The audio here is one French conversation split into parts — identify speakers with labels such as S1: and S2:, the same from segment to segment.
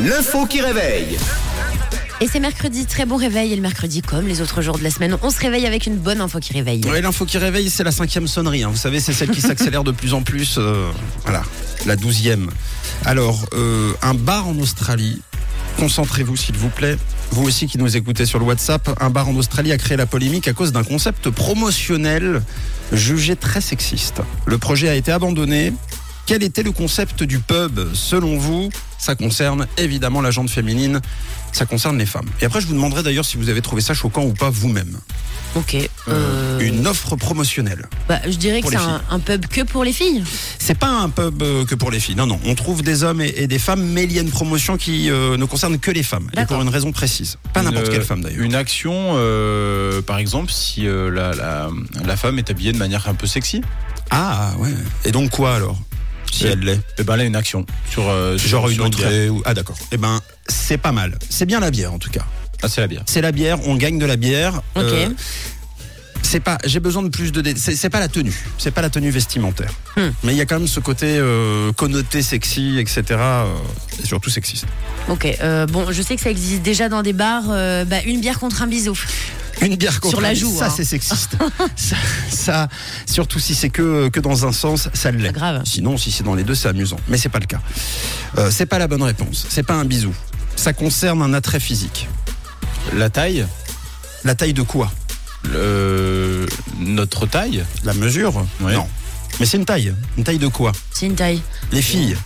S1: L'info qui réveille.
S2: Et c'est mercredi, très bon réveil. Et le mercredi, comme les autres jours de la semaine, on se réveille avec une bonne info qui réveille.
S3: Ouais, l'info qui réveille, c'est la cinquième sonnerie. hein. Vous savez, c'est celle qui s'accélère de plus en plus. euh, voilà, la douzième. Alors, euh, un bar en Australie. Concentrez-vous, s'il vous plaît. Vous aussi qui nous écoutez sur le WhatsApp, un bar en Australie a créé la polémique à cause d'un concept promotionnel jugé très sexiste. Le projet a été abandonné. Quel était le concept du pub selon vous Ça concerne évidemment la gente féminine, ça concerne les femmes. Et après, je vous demanderai d'ailleurs si vous avez trouvé ça choquant ou pas vous-même.
S2: Ok. euh,
S3: Une offre promotionnelle.
S2: bah, je dirais que
S3: pour
S2: c'est
S3: les
S2: un, un pub que pour les filles.
S3: C'est pas un pub euh, que pour les filles. Non, non. On trouve des hommes et, et des femmes, mais il y a une promotion qui euh, ne concerne que les femmes. Et
S2: D'accord.
S3: pour une raison précise. Pas n'importe
S4: Une-
S3: quelle femme d'ailleurs.
S4: Une action, euh, par exemple, si euh, la, la, la femme est habillée de manière un peu sexy,
S3: Ah ouais. Et donc quoi alors Si
S4: Euh,
S3: elle l'est.
S4: et ben là une action sur euh, sur-
S3: Genre une
S4: sur bière.
S3: entrée. ou- Ah d'accord. Eh ben, c'est pas mal. C'est bien la bière en tout cas.
S4: Ah c'est la bière.
S3: C'est la bière, on gagne de la bière. Euh,
S2: Ok.
S3: c'est pas, j'ai besoin de plus de. dé- C'est c'est pas la tenue, c'est pas la tenue vestimentaire.
S2: Hmm.
S3: Mais il y a quand même ce côté euh, connoté sexy, etc. euh, et surtout sexiste.
S2: Ok. euh, bon, je sais que ça existe déjà dans des bars. euh, bah, une bière contre un bisou.
S3: Une bière contre
S2: Sur la
S3: un-
S2: joue,
S3: Ça,
S2: hein.
S3: c'est sexiste. ça, ça, surtout si c'est que, que dans un sens, ça l'est.
S2: Pas grave.
S3: Sinon, si c'est dans les deux, c'est amusant. Mais c'est pas le cas. Euh, c'est pas la bonne réponse. C'est pas un bisou. Ça concerne un attrait physique.
S4: La taille,
S3: La taille de quoi
S4: le- notre taille.
S3: La mesure
S4: Ouais.
S3: Non. Mais c'est une taille. Une taille de quoi
S2: C'est une taille.
S3: Les filles.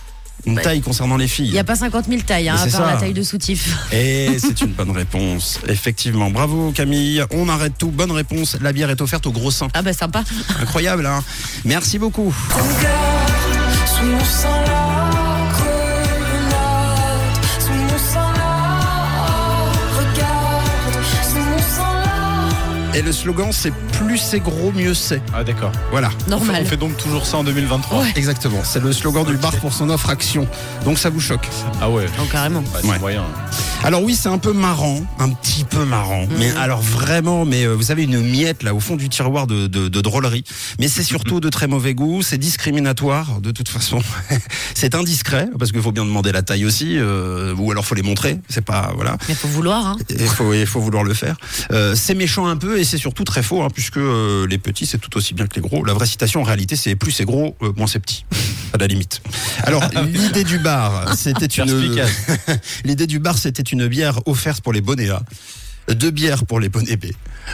S3: Une
S2: Ouais.
S3: taille concernant les
S2: Il
S3: filles.
S2: n'y a pas 50 000 tailles, hein,
S3: Mais
S2: à
S3: c'est
S2: part
S3: ça.
S2: la taille de soutif.
S3: Et c'est une bonne réponse. Effectivement. Bravo Camille. On arrête tout. Bonne réponse. La bière est offerte au gros sein.
S2: Ah bah sympa.
S3: Incroyable, hein Merci beaucoup.
S5: Sous mon sang la colonnade, sous mon sang la regarde, sous mon sang la
S3: Et le slogan, c'est plus c'est gros, mieux c'est.
S4: Ah d'accord.
S3: Voilà.
S4: On fait,
S2: Normal.
S4: on fait donc toujours ça en 2023.
S3: Exactement. C'est le slogan du bar pour son offre action. Donc ça vous choque.
S4: Ah ouais.
S2: Oh, carrément.
S4: Ouais, c'est
S3: Ouais.
S4: moyen.
S3: Alors oui, c'est un peu marrant, un petit peu marrant. Mais alors vraiment, mais euh, vous avez une miette là au fond du tiroir de, de, de drôlerie. Mais c'est surtout de très mauvais goût, c'est discriminatoire de toute façon. c'est indiscret parce qu'il faut bien demander la taille aussi, euh, ou alors faut les montrer. C'est pas voilà.
S2: Mais faut vouloir. Hein.
S3: Il faut, il faut vouloir le faire. Euh, c'est méchant un peu et c'est surtout très faux, hein, puisque euh, les petits, c'est tout aussi bien que les gros. La vraie citation, en réalité, c'est plus c'est gros, euh, moins c'est petit. À la limite. Alors, l'idée du bar, c'était une.
S4: Perspicace.
S3: l'idée du bar, c'était une bière offerte pour les bonnets A, deux bières pour les bonnets B,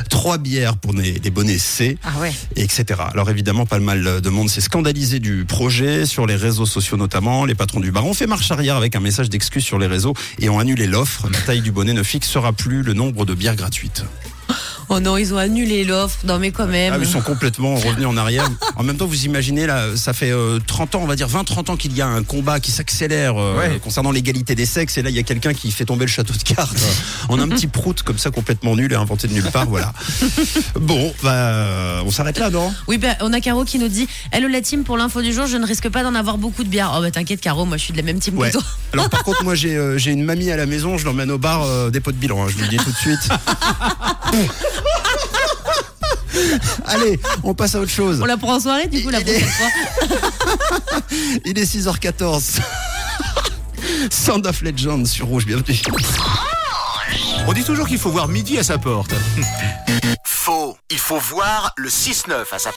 S3: trois bières pour les, les bonnets C,
S2: Ah ouais.
S3: etc. Alors évidemment, pas le mal de monde s'est scandalisé du projet, sur les réseaux sociaux notamment. Les patrons du bar ont fait marche arrière avec un message d'excuse sur les réseaux et ont annulé l'offre. La taille du bonnet ne fixera plus le nombre de bières gratuites.
S2: Oh non, ils ont annulé l'offre. Non mais quand même.
S3: Ah, ils sont complètement revenus en arrière. En même temps, vous imaginez, là, ça fait euh, 30 ans, on va dire 20-30 ans qu'il y a un combat qui s'accélère euh,
S4: Ouais.
S3: concernant l'égalité des sexes. Et là, il y a quelqu'un qui fait tomber le château de cartes euh, en un petit prout comme ça, complètement nul et inventé de nulle part. Voilà. Bon, bah, euh, on s'arrête là, non
S2: Oui, bah, on a Caro qui nous dit Hello la team, pour l'info du jour, je ne risque pas d'en avoir beaucoup de bière. Oh bah t'inquiète, Caro, moi je suis de la même team
S3: Ouais.
S2: que toi.
S3: Alors par contre, moi j'ai euh, j'ai une mamie à la maison, je l'emmène au bar euh, des pots de bilan, hein, je vous le dis tout de suite. Allez, on passe à autre chose.
S2: On la prend en soirée du coup la
S3: Il est-
S2: prochaine fois.
S3: Il est 6h14. Sound of Legend sur Rouge, bienvenue.
S6: On dit toujours qu'il faut voir midi à sa porte.
S1: Faux. Il faut voir le 6-9 à sa